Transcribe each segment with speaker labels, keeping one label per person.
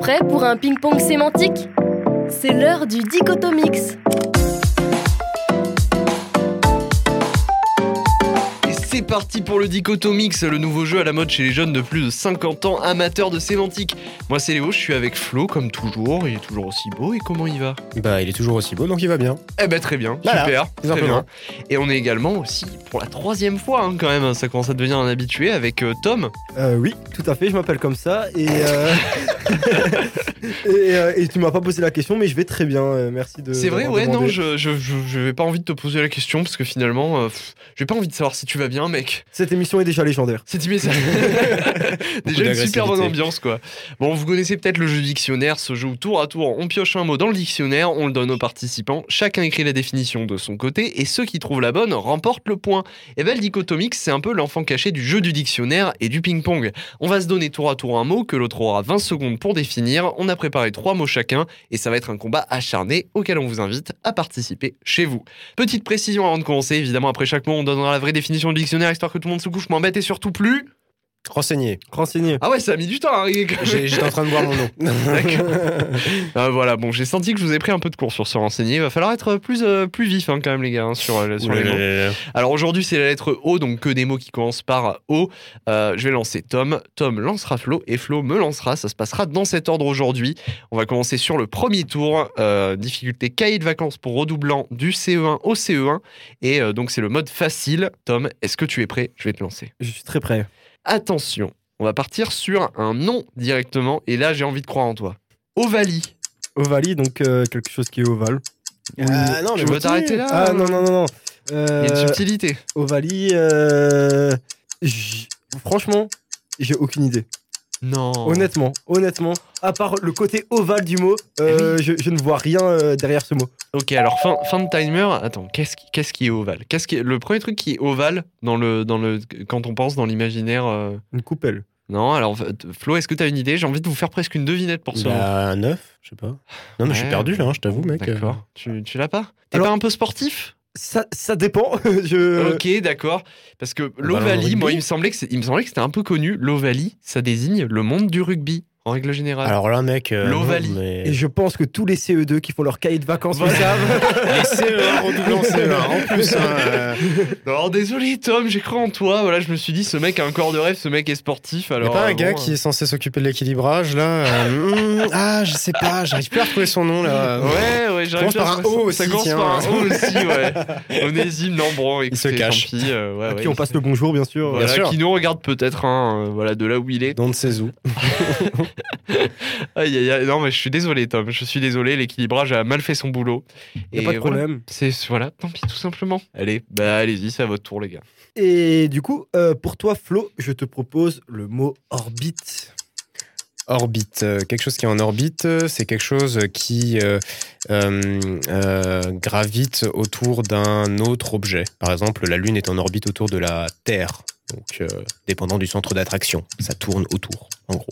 Speaker 1: Prêt pour un ping-pong sémantique C'est l'heure du dichotomix.
Speaker 2: Et c'est parti pour le Dichotomix, le nouveau jeu à la mode chez les jeunes de plus de 50 ans, amateurs de sémantique. Moi c'est Léo, je suis avec Flo comme toujours, il est toujours aussi beau et comment il va
Speaker 3: Bah, il est toujours aussi beau, donc il va bien.
Speaker 2: Eh ben très bien,
Speaker 3: Voilà,
Speaker 2: super,
Speaker 3: tout
Speaker 2: très bien.
Speaker 3: simplement.
Speaker 2: Et on est également aussi pour la troisième fois hein, quand même, hein, ça commence à devenir un habitué avec euh, Tom.
Speaker 4: Euh, oui, tout à fait, je m'appelle comme ça et, euh, et, euh, et tu m'as pas posé la question, mais je vais très bien, euh, merci de.
Speaker 2: c'est vrai,
Speaker 4: d'avoir
Speaker 2: ouais, non,
Speaker 4: demandé.
Speaker 2: je, je, je- je vais pas envie de te poser la question parce que finalement, euh, pff, j'ai pas envie de savoir si tu vas bien mec.
Speaker 4: Cette émission est déjà légendaire.
Speaker 2: C'est dit ça. Déjà une super bonne
Speaker 3: d'agressivité.
Speaker 2: ambiance quoi. Bon, vous connaissez peut-être le jeu dictionnaire, ce jeu où tour à tour on pioche un mot dans le dictionnaire, on le donne aux participants, chacun écrit la définition de son côté et ceux qui trouvent la bonne remportent le point. Et ben le dichotomix, c'est un peu l'enfant caché du jeu du dictionnaire et du ping-pong. On va se donner tour à tour un mot que l'autre aura 20 secondes pour définir, on a préparé trois mots chacun et ça va être un combat acharné auquel on vous invite à participer chez vous. Petite précision avant de commencer, évidemment après chaque mot on donnera la vraie définition du dictionnaire histoire que tout le monde se couche, m'embête et surtout plus...
Speaker 3: Renseigné.
Speaker 4: Renseigné.
Speaker 2: Ah ouais, ça a mis du temps à arriver quand même.
Speaker 3: J'ai- J'étais en train de voir mon nom.
Speaker 2: Ah, voilà, bon, j'ai senti que je vous ai pris un peu de cours sur se renseigner. Il va falloir être plus, euh, plus vif hein, quand même, les gars, hein, sur, euh, sur les mots. Alors aujourd'hui, c'est la lettre O, donc que des mots qui commencent par O. Euh, je vais lancer Tom. Tom lancera Flo et Flo me lancera. Ça se passera dans cet ordre aujourd'hui. On va commencer sur le premier tour. Euh, difficulté cahier de vacances pour redoublant du CE1 au CE1. Et euh, donc, c'est le mode facile. Tom, est-ce que tu es prêt Je vais te lancer.
Speaker 4: Je suis très prêt.
Speaker 2: Attention, on va partir sur un nom directement. Et là, j'ai envie de croire en toi. Ovalie.
Speaker 4: Ovalie, donc euh, quelque chose qui est ovale.
Speaker 3: Ah non,
Speaker 2: Tu
Speaker 3: mais
Speaker 2: veux
Speaker 3: moi,
Speaker 2: t'arrêter là
Speaker 4: Ah non, non, non, non.
Speaker 2: Il
Speaker 4: Euh,
Speaker 2: y a une subtilité.
Speaker 4: Ovalie, euh, j- franchement, j'ai aucune idée.
Speaker 2: Non.
Speaker 4: Honnêtement, honnêtement, à part le côté ovale du mot, euh,
Speaker 2: Eh
Speaker 4: je, je ne vois rien euh, derrière ce mot.
Speaker 2: Ok, alors fin, fin de timer. Attends, qu'est-ce qui, qu'est-ce qui est ovale Qu'est-ce qui est- Le premier truc qui est ovale dans le, dans le, quand on pense dans l'imaginaire. euh,
Speaker 4: Une coupelle.
Speaker 2: Non, alors f- Flo, est-ce que t'as une idée J'ai envie de vous faire presque une devinette pour ça.
Speaker 3: Bah, 9, je sais pas. Non, mais je
Speaker 2: Ouais.
Speaker 3: suis perdu là, hein, je t'avoue, mec.
Speaker 2: D'accord. Tu, tu l'as pas T'es
Speaker 4: Alors-
Speaker 2: pas un peu sportif
Speaker 4: Ça, ça dépend. je...
Speaker 2: Ok, d'accord. Parce que
Speaker 3: Euh, Bah, le
Speaker 2: l'ovalie,
Speaker 3: rugby
Speaker 2: moi, il me semblait que c'est- il me semblait que c'était un peu connu. L'ovalie, ça désigne le monde du rugby en règle générale.
Speaker 3: Alors là, mec. euh,
Speaker 2: L'Ovalie.
Speaker 3: non, mais-
Speaker 4: Et je pense que tous les CE2 qui font leur cahier de vacances le
Speaker 2: Voilà.
Speaker 4: savent.
Speaker 3: Les CE1, redoublant CE1, en plus. hein, euh,
Speaker 2: Alors désolé Tom, j'ai cru en toi. Voilà, je me suis dit ce mec a un corps de rêve, ce mec est sportif.
Speaker 3: y a
Speaker 2: Alors
Speaker 3: pas un
Speaker 2: euh,
Speaker 3: gars
Speaker 2: bon,
Speaker 3: qui est censé s'occuper de l'équilibrage là euh, hmm, Ah, je sais pas, j'arrive plus à retrouver son nom là.
Speaker 2: Ouais, ouais, j'arrive
Speaker 3: hein. commence par
Speaker 2: pas-
Speaker 3: un O
Speaker 2: Ça
Speaker 3: aussi,
Speaker 2: commence
Speaker 3: tiens.
Speaker 2: par un O aussi, ouais. Onésime, Lambron, écoutez,
Speaker 3: se cache.
Speaker 2: tant pis, euh, ouais,
Speaker 4: À
Speaker 2: ouais.
Speaker 4: qui on passe le bonjour, bien sûr.
Speaker 2: Voilà,
Speaker 3: Bien sûr.
Speaker 2: qui nous regarde peut-être, hein, euh, voilà, de là où il est.
Speaker 3: Dans de ses où.
Speaker 2: Aïe, aïe, aïe, non, mais je suis désolé, Tom, je suis désolé, l'équilibrage a mal fait son boulot.
Speaker 4: Y a
Speaker 2: Et
Speaker 4: pas
Speaker 2: voilà.
Speaker 4: de problème.
Speaker 2: C'est, voilà, tant pis, tout simplement. Allez, bah, allez-y, c'est à votre tour, les gars.
Speaker 4: Et du coup, euh, pour toi, Flo, je te propose le mot orbite.
Speaker 3: Orbite. Euh, quelque chose qui est en orbite, euh, c'est quelque chose qui euh, euh, euh, gravite autour d'un autre objet. Par exemple, la Lune est en orbite autour de la Terre. Donc, euh, dépendant du centre d'attraction, ça tourne autour, en gros.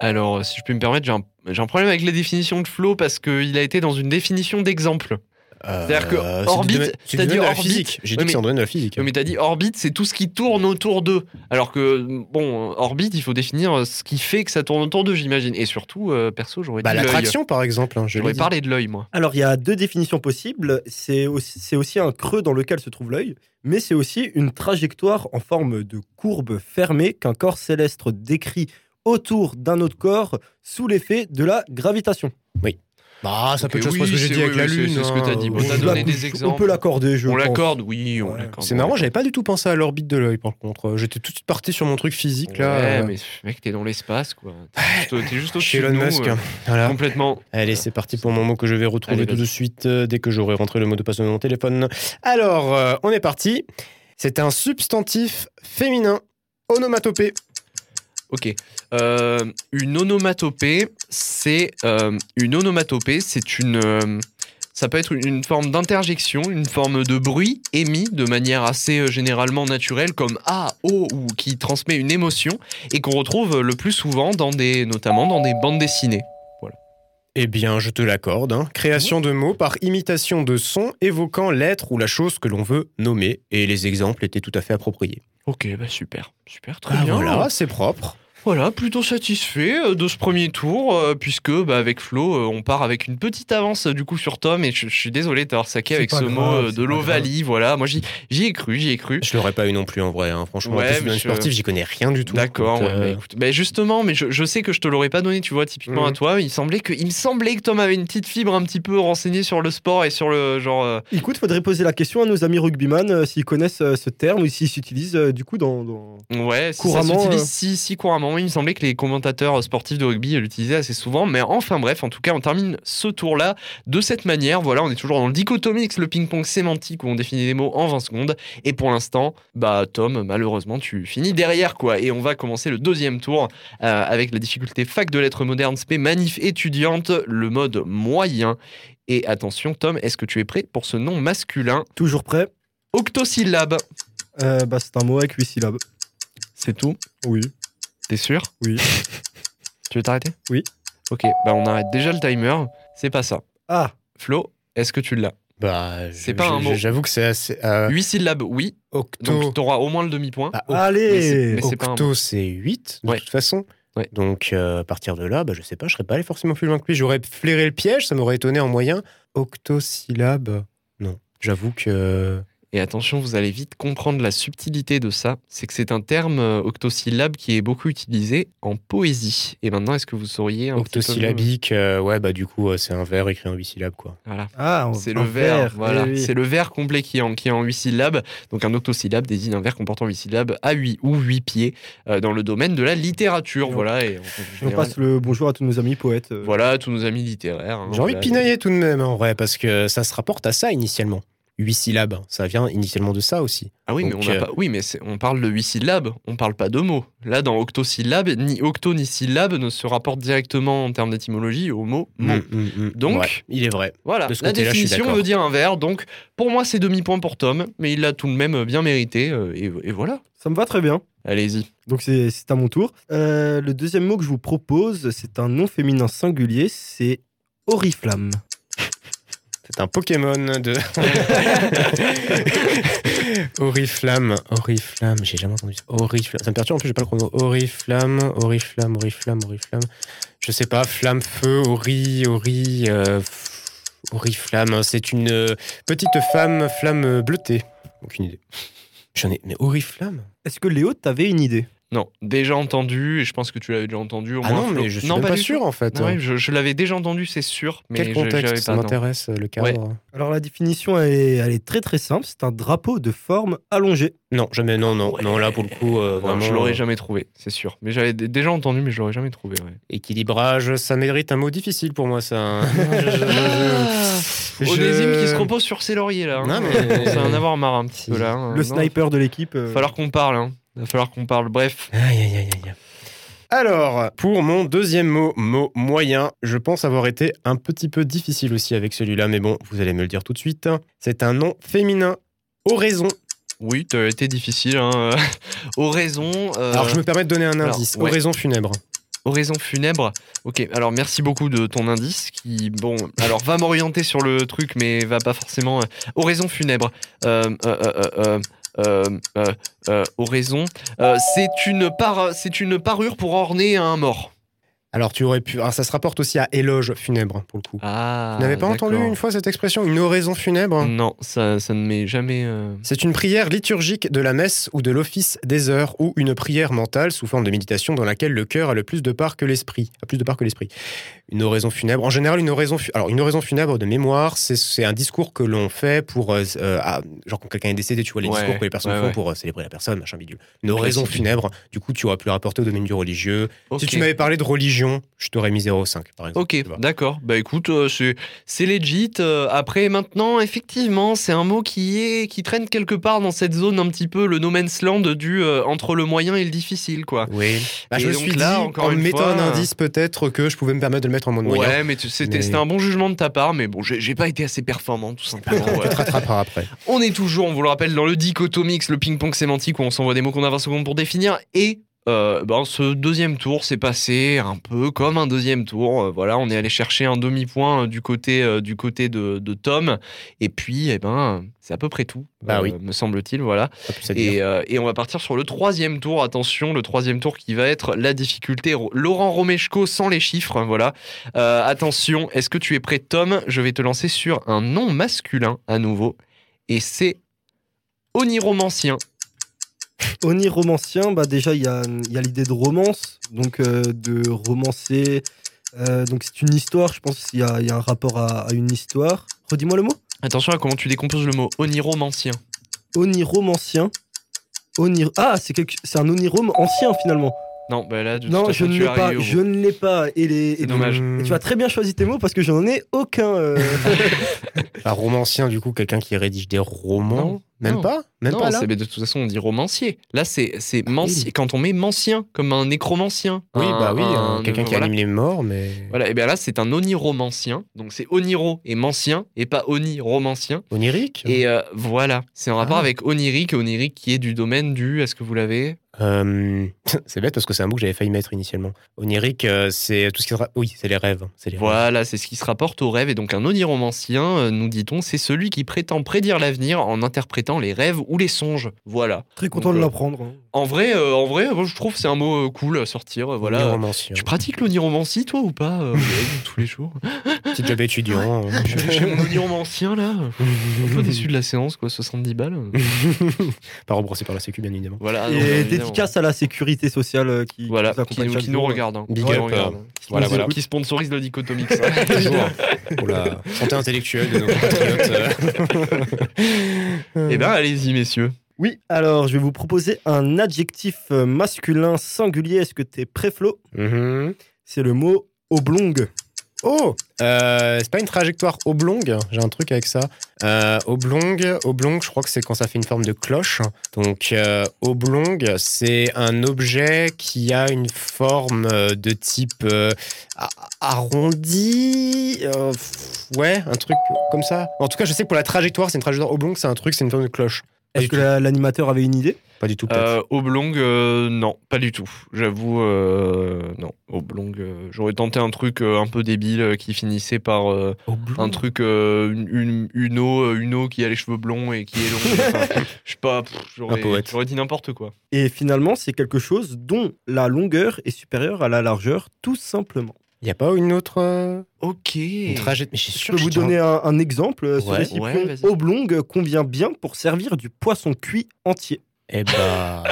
Speaker 2: Alors, euh, si je peux me permettre, j'ai un, j'ai un problème avec la définition de Flo parce qu'il a été dans une définition d'exemple. C'est-à-dire que
Speaker 3: c'est du
Speaker 2: orbite,
Speaker 3: domaine- c'est
Speaker 2: t'as
Speaker 3: du
Speaker 2: dit
Speaker 3: domaine de la
Speaker 2: orbite,
Speaker 3: physique. J'ai
Speaker 2: oui,
Speaker 3: dit que c'est
Speaker 2: mais-
Speaker 3: en domaine de la physique. hein.
Speaker 2: Oui, Mais t'as dit orbite, c'est tout ce qui tourne autour d'eux. Alors que, bon, euh, orbite, il faut définir euh, ce qui fait que ça tourne autour d'eux, j'imagine. Et surtout, euh, perso, j'aurais
Speaker 3: Bah,
Speaker 2: dit l'œil.
Speaker 3: l'attraction, par exemple. hein, je l'ai
Speaker 2: J'aurais
Speaker 3: dit.
Speaker 2: parlé de l'œil, moi.
Speaker 4: Alors, il y a deux définitions possibles. C'est aussi, c'est aussi un creux dans lequel se trouve l'œil, mais c'est aussi une trajectoire en forme de courbe fermée qu'un corps céleste décrit autour d'un autre corps sous l'effet de la gravitation.
Speaker 3: Bah, ça
Speaker 2: Ok,
Speaker 3: peut être
Speaker 2: oui,
Speaker 3: chose parce que j'ai
Speaker 2: c'est-
Speaker 3: dit avec
Speaker 2: oui,
Speaker 3: la
Speaker 2: oui,
Speaker 3: Lune.
Speaker 2: c'est- c'est ce que
Speaker 3: hein,
Speaker 2: t'as dit. Bon,
Speaker 3: euh,
Speaker 2: t'as
Speaker 4: On
Speaker 2: donné
Speaker 4: la-
Speaker 2: des hein,
Speaker 4: On
Speaker 2: exemples.
Speaker 4: peut l'accorder, je
Speaker 2: on
Speaker 4: pense.
Speaker 2: l'accorde, oui, on
Speaker 4: Ouais.
Speaker 2: l'accorde.
Speaker 3: C'est marrant, j'avais pas du tout pensé à l'orbite de l'œil, par contre. Euh, J'étais tout de suite parti sur mon truc physique, là.
Speaker 2: Ouais,
Speaker 3: euh,
Speaker 2: mais mec, t'es dans l'espace, quoi. T'es juste, t'es juste au-dessus
Speaker 3: Chez
Speaker 2: de
Speaker 3: Elon
Speaker 2: nous,
Speaker 3: Musk. hein.
Speaker 2: euh,
Speaker 3: Voilà.
Speaker 2: complètement.
Speaker 3: Allez, c'est parti pour mon mot que je vais retrouver
Speaker 2: Allez,
Speaker 3: tout de
Speaker 2: vas-y.
Speaker 3: suite euh, dès que j'aurai rentré le mot de passe de mon téléphone. Alors, euh, on est parti. C'est un substantif féminin, onomatopée.
Speaker 2: Ok. Euh, une onomatopée, c'est euh, une onomatopée, c'est une. euh, ça peut être une- une forme d'interjection, une forme de bruit émis de manière assez euh, généralement naturelle, comme ah, oh, ou qui transmet une émotion, et qu'on retrouve euh, le plus souvent dans des, notamment dans des bandes dessinées.
Speaker 3: Eh bien, je te l'accorde. hein. Création de mots par imitation de sons évoquant l'être ou la chose que l'on veut nommer. Et les exemples étaient tout à fait appropriés.
Speaker 2: Ok, bah super, super, très
Speaker 3: Ah,
Speaker 2: bien.
Speaker 3: Voilà, c'est propre.
Speaker 2: Voilà, plutôt satisfait euh, de ce premier tour, euh, puisque bah, avec Flo, euh, on part avec une petite avance euh, du coup sur Tom, et je, je suis désolé d'avoir saqué
Speaker 5: C'est
Speaker 2: avec
Speaker 5: pas
Speaker 2: ce mot
Speaker 5: grave,
Speaker 2: euh,
Speaker 5: c'est
Speaker 2: de
Speaker 5: pas
Speaker 2: l'Ovalie, voilà, moi j'y j'y ai cru, j'y ai cru.
Speaker 3: Je l'aurais pas eu non plus en vrai. hein. Franchement,
Speaker 2: Ouais,
Speaker 3: en plus,
Speaker 2: mais
Speaker 3: domaine
Speaker 2: je-
Speaker 3: sportif, j'y connais rien du tout.
Speaker 2: D'accord,
Speaker 3: Donc,
Speaker 2: ouais, bah,
Speaker 3: euh,
Speaker 2: écoute. Bah, justement, mais je, je sais que je te l'aurais pas donné, tu vois, typiquement
Speaker 3: Mhm.
Speaker 2: à toi, il semblait que il me semblait que Tom avait une petite fibre un petit peu renseignée sur le sport et sur le genre euh,
Speaker 4: Écoute, faudrait poser la question à nos amis rugbyman euh, s'ils connaissent euh, ce terme ou s'ils s'utilisent euh, du coup dans. dans-
Speaker 2: Ouais, si ça
Speaker 4: Couramment,
Speaker 2: s'utilise
Speaker 4: euh.
Speaker 2: si, si couramment. Il me semblait que les commentateurs sportifs de rugby l'utilisaient assez souvent. Mais enfin bref, en tout cas, on termine ce tour-là de cette manière. Voilà, on est toujours dans le dichotomix, le ping-pong sémantique où on définit les mots en 20 secondes. Et pour l'instant, bah Tom, malheureusement, tu finis derrière quoi. Et on va commencer le deuxième tour euh, avec la difficulté fac de lettres modernes, spé manif étudiante, le mode moyen. Et attention, Tom, est-ce que tu es prêt pour ce nom masculin
Speaker 4: Toujours prêt
Speaker 2: Octosyllabe.
Speaker 4: Euh, Bah, c'est un mot avec huit syllabes.
Speaker 2: C'est tout
Speaker 4: Oui.
Speaker 2: T'es sûr
Speaker 4: Oui.
Speaker 2: tu veux t'arrêter
Speaker 4: Oui.
Speaker 2: Ok, bah on arrête déjà le timer. C'est pas ça.
Speaker 4: Ah,
Speaker 2: Flo, est-ce que tu l'as
Speaker 3: bah, je-
Speaker 2: C'est pas un
Speaker 3: je-
Speaker 2: mot.
Speaker 3: J'avoue que c'est assez. euh,
Speaker 2: 8 syllabes, oui.
Speaker 3: octo.
Speaker 2: Donc t'auras au moins le demi-point.
Speaker 3: bah, oc-
Speaker 4: allez
Speaker 2: mais c'est pas un
Speaker 3: octo, c'est 8, de
Speaker 2: Ouais.
Speaker 3: toute façon.
Speaker 2: Ouais.
Speaker 3: Donc, euh, à partir de là, bah, je sais pas, je serais pas allé forcément plus loin que lui. J'aurais flairé le piège, ça m'aurait étonné en moyen. Octosyllabe. Non, j'avoue que.
Speaker 2: Et attention, vous allez vite comprendre la subtilité de ça. C'est que c'est un terme euh, octosyllabe qui est beaucoup utilisé en poésie. Et maintenant, est-ce que vous sauriez un petit peu-
Speaker 3: Octosyllabique, euh, ouais, bah du coup, euh, c'est un verre écrit en 8 syllabes, quoi.
Speaker 2: Voilà.
Speaker 4: Ah, on-
Speaker 2: C'est le
Speaker 4: un
Speaker 2: vers, voilà.
Speaker 4: eh oui.
Speaker 2: C'est le vers complet qui est, en, qui est en 8 syllabes. Donc un octosyllabe désigne un vers comportant 8 syllabes à 8 ou 8 pieds euh, dans le domaine de la littérature.
Speaker 4: Et on-
Speaker 2: voilà. Et en- en
Speaker 4: Et On
Speaker 2: général,
Speaker 4: passe le bonjour à tous nos amis poètes. euh.
Speaker 2: Voilà, tous nos amis littéraires. hein,
Speaker 3: J'ai envie de
Speaker 2: voilà.
Speaker 3: pinailler tout de même, hein, en vrai, parce que ça se rapporte à ça initialement. 8 syllabes, ça vient initialement de ça aussi.
Speaker 2: Ah oui, mais
Speaker 3: Donc,
Speaker 2: on, a
Speaker 3: euh,
Speaker 2: pas- oui, mais c'est- on parle de huit syllabes, on parle pas de mots. Là, dans octosyllabe, ni octo ni syllabe ne se rapportent directement en termes d'étymologie au mot mot.
Speaker 3: Mm, mm, mm.
Speaker 2: Donc-
Speaker 3: Ouais, il est vrai.
Speaker 2: Voilà,
Speaker 3: De ce
Speaker 2: la
Speaker 3: côté-là, je suis
Speaker 2: définition
Speaker 3: d'accord.
Speaker 2: veut dire un verre, donc pour moi c'est demi-point pour Tom, mais il l'a tout de même euh, bien mérité, euh, et, et voilà.
Speaker 4: Ça me va très bien.
Speaker 2: Allez-y.
Speaker 4: Donc c'est c'est à mon tour. Euh, le deuxième mot que je vous propose, c'est un nom féminin singulier, c'est oriflamme.
Speaker 3: C'est un Pokémon de. Oriflamme, Oriflamme, j'ai jamais entendu ça. Oriflamme, ça me perturbe en plus, j'ai pas le chrono. Oriflamme, Oriflamme, Oriflamme, Oriflamme. Je sais pas, flamme, feu, Ori, Ori. euh, f- Oriflamme, c'est une euh, petite femme, flamme bleutée. Aucune idée. J'en ai. Mais Oriflamme
Speaker 4: Est-ce que Léo, t'avais une idée
Speaker 2: Non, déjà entendu, et je pense que tu l'avais déjà entendu au
Speaker 3: Ah
Speaker 2: moins,
Speaker 3: non,
Speaker 2: Flo.
Speaker 3: mais je suis même pas,
Speaker 2: du tout.
Speaker 3: sûr en fait.
Speaker 2: Non, ouais, je je l'avais déjà entendu, c'est sûr, mais
Speaker 3: Quel
Speaker 2: je- j'avais
Speaker 3: contexte
Speaker 2: pas,
Speaker 3: ça
Speaker 2: non.
Speaker 3: m'intéresse, euh, le cadre
Speaker 4: Alors la définition, elle est, elle est très très simple. C'est un drapeau de forme allongée.
Speaker 3: Non, jamais, non, non,
Speaker 2: Ouais.
Speaker 3: non, là pour le coup, euh,
Speaker 2: Non,
Speaker 3: vraiment.
Speaker 2: je l'aurais
Speaker 3: euh,
Speaker 2: jamais trouvé, c'est sûr. Mais j'avais d- déjà entendu, mais je l'aurais jamais trouvé. ouais.
Speaker 3: Équilibrage, ça mérite un mot difficile pour moi, ça. hein. Je-
Speaker 2: Onésime qui se repose sur ses lauriers là. hein.
Speaker 3: Non, mais-
Speaker 2: Ça va en avoir marre un petit
Speaker 3: Si.
Speaker 2: peu là. hein.
Speaker 4: le
Speaker 2: Non,
Speaker 4: sniper de l'équipe. euh.
Speaker 2: Va falloir qu'on parle. Hein. Va falloir qu'on parle. Bref.
Speaker 3: Aïe, aïe, aïe, aïe. Alors, pour mon deuxième mot, mot moyen, je pense avoir été un petit peu difficile aussi avec celui-là, mais bon, vous allez me le dire tout de suite. C'est un nom féminin. Oraison.
Speaker 2: Oui, t'as été difficile. Hein. Oraison. euh,
Speaker 3: Alors, je me permets de donner un
Speaker 2: alors,
Speaker 3: indice.
Speaker 2: ouais.
Speaker 3: Oraison funèbre.
Speaker 2: Oraison funèbre. Ok. Alors merci beaucoup de ton indice qui bon. Alors va m'orienter sur le truc, mais va pas forcément. euh, Oraison funèbre. Euh, euh, euh, euh, euh, euh, euh, oraison. Euh, c'est une par- c'est une parure pour orner un mort.
Speaker 3: Alors, tu aurais pu. Alors, ça se rapporte aussi à éloge funèbre, pour le coup.
Speaker 2: Ah.
Speaker 3: vous n'avez pas entendu
Speaker 2: d'accord.
Speaker 3: une hein fois cette expression, une oraison funèbre
Speaker 2: Non, ça, ça ne m'est jamais. euh,
Speaker 3: C'est une prière liturgique de la messe ou de l'office des heures ou une prière mentale sous forme de méditation dans laquelle le cœur a le plus de part que l'esprit. A plus de part que l'esprit. Une oraison funèbre. En général, une oraison, fu- alors une oraison funèbre de mémoire, c'est- c'est un discours que l'on fait pour, euh, euh, ah, genre quand quelqu'un est décédé, tu vois les
Speaker 2: Ouais,
Speaker 3: discours que les personnes
Speaker 2: ouais,
Speaker 3: font
Speaker 2: ouais.
Speaker 3: pour euh, célébrer la personne, machin bidule. Une oraison
Speaker 2: Classique.
Speaker 3: funèbre. Du coup, tu aurais pu le rapporter au domaine du religieux. Si
Speaker 2: ok.
Speaker 3: tu m'avais parlé de religion, je t'aurais mis 0,5 par exemple.
Speaker 2: Ok,
Speaker 3: tu vois.
Speaker 2: d'accord. Bah écoute, euh, c'est c'est legit. Euh, après, maintenant, effectivement, c'est un mot qui est qui traîne quelque part dans cette zone un petit peu le no man's land du euh, entre le moyen et le difficile, quoi.
Speaker 3: Oui. Bah, je
Speaker 2: Et
Speaker 3: me
Speaker 2: donc
Speaker 3: suis
Speaker 2: là,
Speaker 3: dit,
Speaker 2: encore
Speaker 3: en
Speaker 2: une
Speaker 3: mettant
Speaker 2: fois,
Speaker 3: un
Speaker 2: euh,
Speaker 3: indice, peut-être que je pouvais me permettre de le mettre en mode
Speaker 2: Ouais,
Speaker 3: moyen.
Speaker 2: mais tu- c'était
Speaker 3: Mais-
Speaker 2: c'était un bon jugement de ta part, mais bon, j'ai j'ai pas été assez performant, tout simplement.
Speaker 3: On
Speaker 2: ouais.
Speaker 3: te rattrapera après.
Speaker 2: On est toujours, on vous le rappelle, dans le dichotomix, le ping-pong sémantique où on s'envoie des mots qu'on a 20 secondes pour définir. Et Euh, ben, ce deuxième tour s'est passé un peu comme un deuxième tour. Euh, voilà, on est allé chercher un demi-point euh, du côté, euh, du côté de, de Tom. Et puis, eh ben, c'est à peu près tout, euh,
Speaker 3: Bah oui.
Speaker 2: me semble-t-il. Voilà.
Speaker 3: Ah, plus à dire.
Speaker 2: Et, euh, et on va partir sur le troisième tour. Attention, le troisième tour qui va être la difficulté. Ro- Laurent Romeshko sans les chiffres. hein, Voilà. Euh, attention, est-ce que tu es prêt, Tom Je vais te lancer sur un nom masculin à nouveau. Et c'est Oniromancien.
Speaker 4: Oniromancien, bah déjà, il y a, il y a l'idée de romance, donc euh, de romancer. Euh, donc c'est une histoire, je pense qu'il y, a- il y a un rapport à, à une histoire. Redis-moi le mot.
Speaker 2: Attention à comment tu décomposes le mot Oniromancien.
Speaker 4: Oniromancien. Onir... Ah, c'est quelque... c'est un onirome ancien finalement.
Speaker 2: Non, bah là, de toute
Speaker 4: non,
Speaker 2: façon,
Speaker 4: je ne
Speaker 2: tu
Speaker 4: l'ai
Speaker 2: arrives
Speaker 4: pas.
Speaker 2: au
Speaker 4: Je ne l'ai pas. Et les...
Speaker 2: C'est
Speaker 4: et-
Speaker 2: dommage.
Speaker 4: et tu as très bien choisi tes mots parce que j'en ai aucun. euh.
Speaker 3: Un romancien, du coup, quelqu'un qui rédige des romans
Speaker 2: Non,
Speaker 3: Même
Speaker 2: non.
Speaker 3: pas Même
Speaker 2: non,
Speaker 3: pas là Ah
Speaker 2: c'est- mais de toute façon, on dit romancier. Là, c'est c'est manci- quand on met mancien, comme un nécromancien.
Speaker 3: Oui,
Speaker 2: Un-
Speaker 3: bah oui,
Speaker 2: un-
Speaker 3: un- quelqu'un qui
Speaker 2: voilà.
Speaker 3: anime les morts, mais.
Speaker 2: Voilà, et bien là, c'est un oniromancien. Donc, c'est oniro et mancien, et pas oniromancien.
Speaker 3: Onirique
Speaker 2: Et euh, voilà, c'est en rapport
Speaker 3: Ah.
Speaker 2: avec onirique, et onirique qui est du domaine du. Est-ce que vous l'avez
Speaker 3: Euh, C'est bête parce que c'est un mot que j'avais failli mettre initialement. Onirique, euh, c'est tout ce qui. sera- Oui, c'est les rêves. hein, C'est les rêves.
Speaker 2: Voilà, c'est ce qui se rapporte au rêve. Et donc, un oniromancien, euh, nous dit-on, c'est celui qui prétend prédire l'avenir en interprétant les rêves ou les songes. Voilà.
Speaker 4: très content
Speaker 2: Donc,
Speaker 4: de
Speaker 2: euh,
Speaker 4: l'apprendre. hein.
Speaker 2: En vrai, euh, en vrai moi, je trouve que c'est un mot euh, cool à sortir. euh, Voilà.
Speaker 3: Oniromancien.
Speaker 2: Tu pratiques l'oniromancie, toi, ou pas euh, Tous les jours
Speaker 3: Petit job étudiant. hein.
Speaker 2: Je suis chez mon oniromancien, là. Un peu déçu de la séance, quoi, 70 balles.
Speaker 3: Pas rebrossé par la sécu, bien évidemment.
Speaker 2: Voilà. Ah, non, bien
Speaker 4: et
Speaker 2: évidemment.
Speaker 4: dédicace à la sécurité sociale euh, qui,
Speaker 2: Voilà,
Speaker 4: qui nous
Speaker 2: qui,
Speaker 4: accompagne chaque
Speaker 2: qui nous
Speaker 4: jour.
Speaker 2: regarde. hein,
Speaker 3: Big
Speaker 2: qui
Speaker 3: up,
Speaker 2: nous regarde.
Speaker 3: euh,
Speaker 2: Qui
Speaker 3: voilà,
Speaker 2: nous
Speaker 3: voilà.
Speaker 2: écoute, Qui sponsorise le hein. dicotomix.
Speaker 3: Toujours. Pour la santé intellectuelle de nos compatriotes. euh.
Speaker 2: Eh ben, allez-y, messieurs.
Speaker 4: Oui, alors je vais vous proposer un adjectif euh, masculin singulier. Est-ce que t'es prêt, Flo
Speaker 3: Mhm.
Speaker 4: C'est le mot oblong.
Speaker 3: Oh euh, C'est pas une trajectoire oblongue J'ai un truc avec ça. Euh, oblongue, oblongue, je crois que c'est quand ça fait une forme de cloche. Donc euh, oblongue, c'est un objet qui a une forme euh, de type euh, a- arrondi. euh, pff, ouais, un truc comme ça. En tout cas, je sais que pour la trajectoire, c'est une trajectoire oblongue, c'est un truc, c'est une forme de cloche. Pas
Speaker 4: Est-ce que
Speaker 3: du tout.
Speaker 4: la- l'animateur avait une idée
Speaker 3: Pas du tout. peut-être.
Speaker 2: Euh, oblong, euh, non, pas du tout. J'avoue, euh, non. Oblong, euh, j'aurais tenté un truc euh, un peu débile euh, qui finissait par euh,
Speaker 3: Mmh.
Speaker 2: un truc, euh, une, une, une eau, euh, une eau qui a les cheveux blonds et qui est longue. Enfin, Je sais pas, pff, j'aurais
Speaker 3: Un poète.
Speaker 2: j'aurais dit n'importe quoi.
Speaker 4: Et finalement, c'est quelque chose dont la longueur est supérieure à la largeur, tout simplement.
Speaker 3: Il n'y a pas une autre euh,
Speaker 2: Ok.
Speaker 3: une trajectoire Mais je suis
Speaker 4: Je
Speaker 3: sûr
Speaker 4: peux
Speaker 3: que
Speaker 4: vous
Speaker 3: j'étais en-
Speaker 4: donner un, un exemple. euh, Ce
Speaker 3: Ouais,
Speaker 4: récipient
Speaker 2: ouais, vas-y.
Speaker 4: oblong convient bien pour servir du poisson cuit entier.
Speaker 3: Eh bah.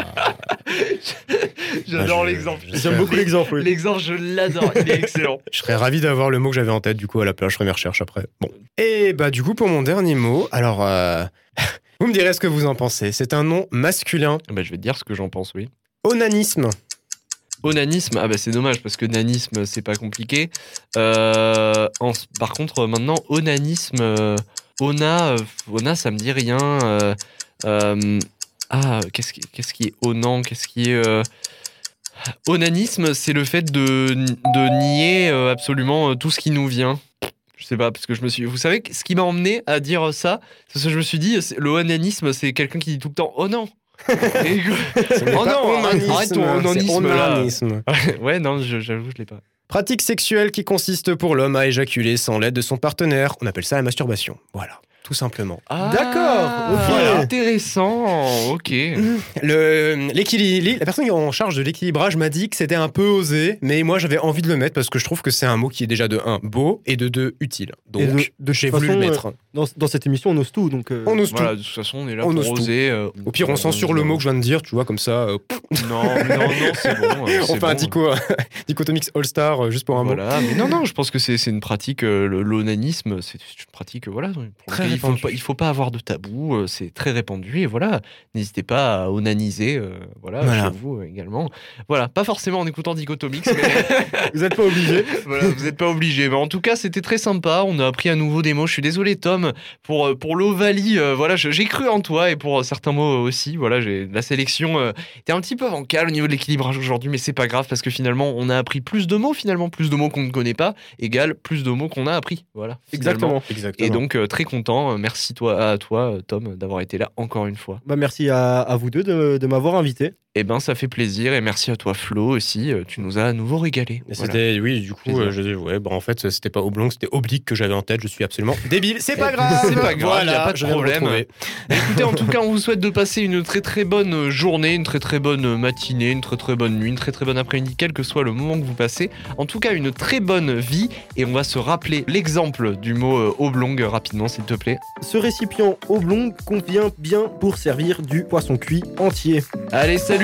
Speaker 2: J'adore
Speaker 3: Bah, je-
Speaker 2: l'exemple.
Speaker 3: je- J'aime beaucoup
Speaker 4: l'exemple.
Speaker 2: L'exemple, je l'adore. Il est excellent.
Speaker 3: Je serais ravi d'avoir le mot que j'avais en tête, du coup, à la place, je ferai mes recherches après. Bon. Et bah, du coup, pour mon dernier mot, alors, euh, vous me direz ce que vous en pensez. C'est un nom masculin.
Speaker 2: Bah, je vais te dire ce que j'en pense, oui.
Speaker 3: Onanisme.
Speaker 2: Onanisme, ah bah c'est dommage parce que nanisme c'est pas compliqué. Euh, en- par contre maintenant onanisme, euh, ona, euh, ona ça me dit rien. euh, euh, ah qu'est-ce qui, qu'est-ce qui est onan, qu'est-ce qui est euh, onanisme, c'est le fait de, de nier euh, absolument euh, tout ce qui nous vient. Je sais pas parce que je me suis, vous savez ce qui m'a emmené à dire ça, c'est parce que je me suis dit c'est- le onanisme c'est quelqu'un qui dit tout le temps oh non. Et que-
Speaker 3: Ce n'est
Speaker 2: Oh
Speaker 3: pas
Speaker 2: non, arrête-
Speaker 3: onanisme,
Speaker 2: arrête ton
Speaker 3: c'est
Speaker 2: onanisme, là.
Speaker 3: onanisme.
Speaker 2: ouais non je- j'avoue je l'ai pas.
Speaker 3: Pratique sexuelle qui consiste pour l'homme à éjaculer sans l'aide de son partenaire. On appelle ça la masturbation. Voilà. Tout simplement.
Speaker 4: D'accord, ok.
Speaker 2: Ah, Voilà. Intéressant, ok.
Speaker 3: Le, l'équili- la personne qui est en charge de l'équilibrage m'a dit que c'était un peu osé, mais moi j'avais envie de le mettre parce que je trouve que c'est un mot qui est déjà de 1 beau et de 2 utile.
Speaker 4: Et de-
Speaker 3: Donc j'ai
Speaker 4: toute
Speaker 3: voulu le
Speaker 4: façon, euh,
Speaker 3: mettre.
Speaker 4: Dans, dans cette émission, on ose tout. Donc, euh,
Speaker 3: On ose
Speaker 2: Voilà,
Speaker 3: tout.
Speaker 2: de toute façon, on est là
Speaker 3: On ose
Speaker 2: pour
Speaker 3: tout.
Speaker 2: oser. euh,
Speaker 3: Au pire, on
Speaker 2: euh,
Speaker 3: censure le mot que je viens de dire, tu vois, comme ça. euh, pff,
Speaker 2: Non, mais non, non, c'est bon. euh,
Speaker 3: on
Speaker 2: c'est
Speaker 3: fait un
Speaker 2: bon.
Speaker 3: dico, dicotomix all-star euh, juste pour un mot.
Speaker 2: Voilà, mais non, non, je pense que c'est c'est une pratique, euh, le- l'onanisme, c'est une pratique, euh, voilà, pour
Speaker 3: Très
Speaker 2: laquelle il faut,
Speaker 3: répandue.
Speaker 2: pas, il faut pas avoir de tabou, euh, c'est très répandu, et voilà, n'hésitez pas à onaniser, euh, voilà,
Speaker 3: Voilà.
Speaker 2: chez vous euh, également. Voilà, pas forcément en écoutant Dicotomix, mais...
Speaker 4: vous n'êtes pas obligé.
Speaker 2: Voilà, vous n'êtes pas obligé. Mais en tout cas, c'était très sympa. On a appris à nouveau des mots. Je suis désolé, Tom, pour, euh, pour l'Ovalie. euh, voilà, je- j'ai cru en toi et pour euh, certains mots euh, aussi. Voilà, j'ai la sélection euh, était un petit peu bancale au niveau de l'équilibrage aujourd'hui, mais c'est pas grave parce que finalement, on a appris plus de mots. Finalement, plus de mots qu'on ne connaît pas égale plus de mots qu'on a appris. Voilà. finalement.
Speaker 4: Exactement.
Speaker 3: Exactement.
Speaker 2: Et donc, euh, très content. Euh, Merci toi, à toi, euh, Tom, d'avoir été là encore une fois.
Speaker 4: Bah, merci à, à vous deux de, de m'avoir invité.
Speaker 2: Eh ben, ça fait plaisir et merci à toi Flo aussi, euh, tu nous as à nouveau régalé.
Speaker 3: Mais
Speaker 2: Voilà.
Speaker 3: C'était, oui, du coup,
Speaker 2: Plaisir.
Speaker 3: euh, je dis, ouais, bah, en fait, c'était pas oblong, c'était oblique que j'avais en tête. Je suis absolument débile. C'est pas grave.
Speaker 2: C'est pas grave,
Speaker 3: Voilà,
Speaker 2: y a pas de
Speaker 3: je viens
Speaker 2: problème.
Speaker 3: retrouver.
Speaker 2: Écoutez, en tout cas, on vous souhaite de passer une très très bonne journée, une très très bonne matinée, une très très bonne nuit, une très très bonne après-midi, quel que soit le moment que vous passez. En tout cas, une très bonne vie et on va se rappeler l'exemple du mot euh, oblong euh, rapidement, s'il te plaît.
Speaker 4: Ce récipient oblong convient bien pour servir du poisson cuit entier.
Speaker 2: Allez, salut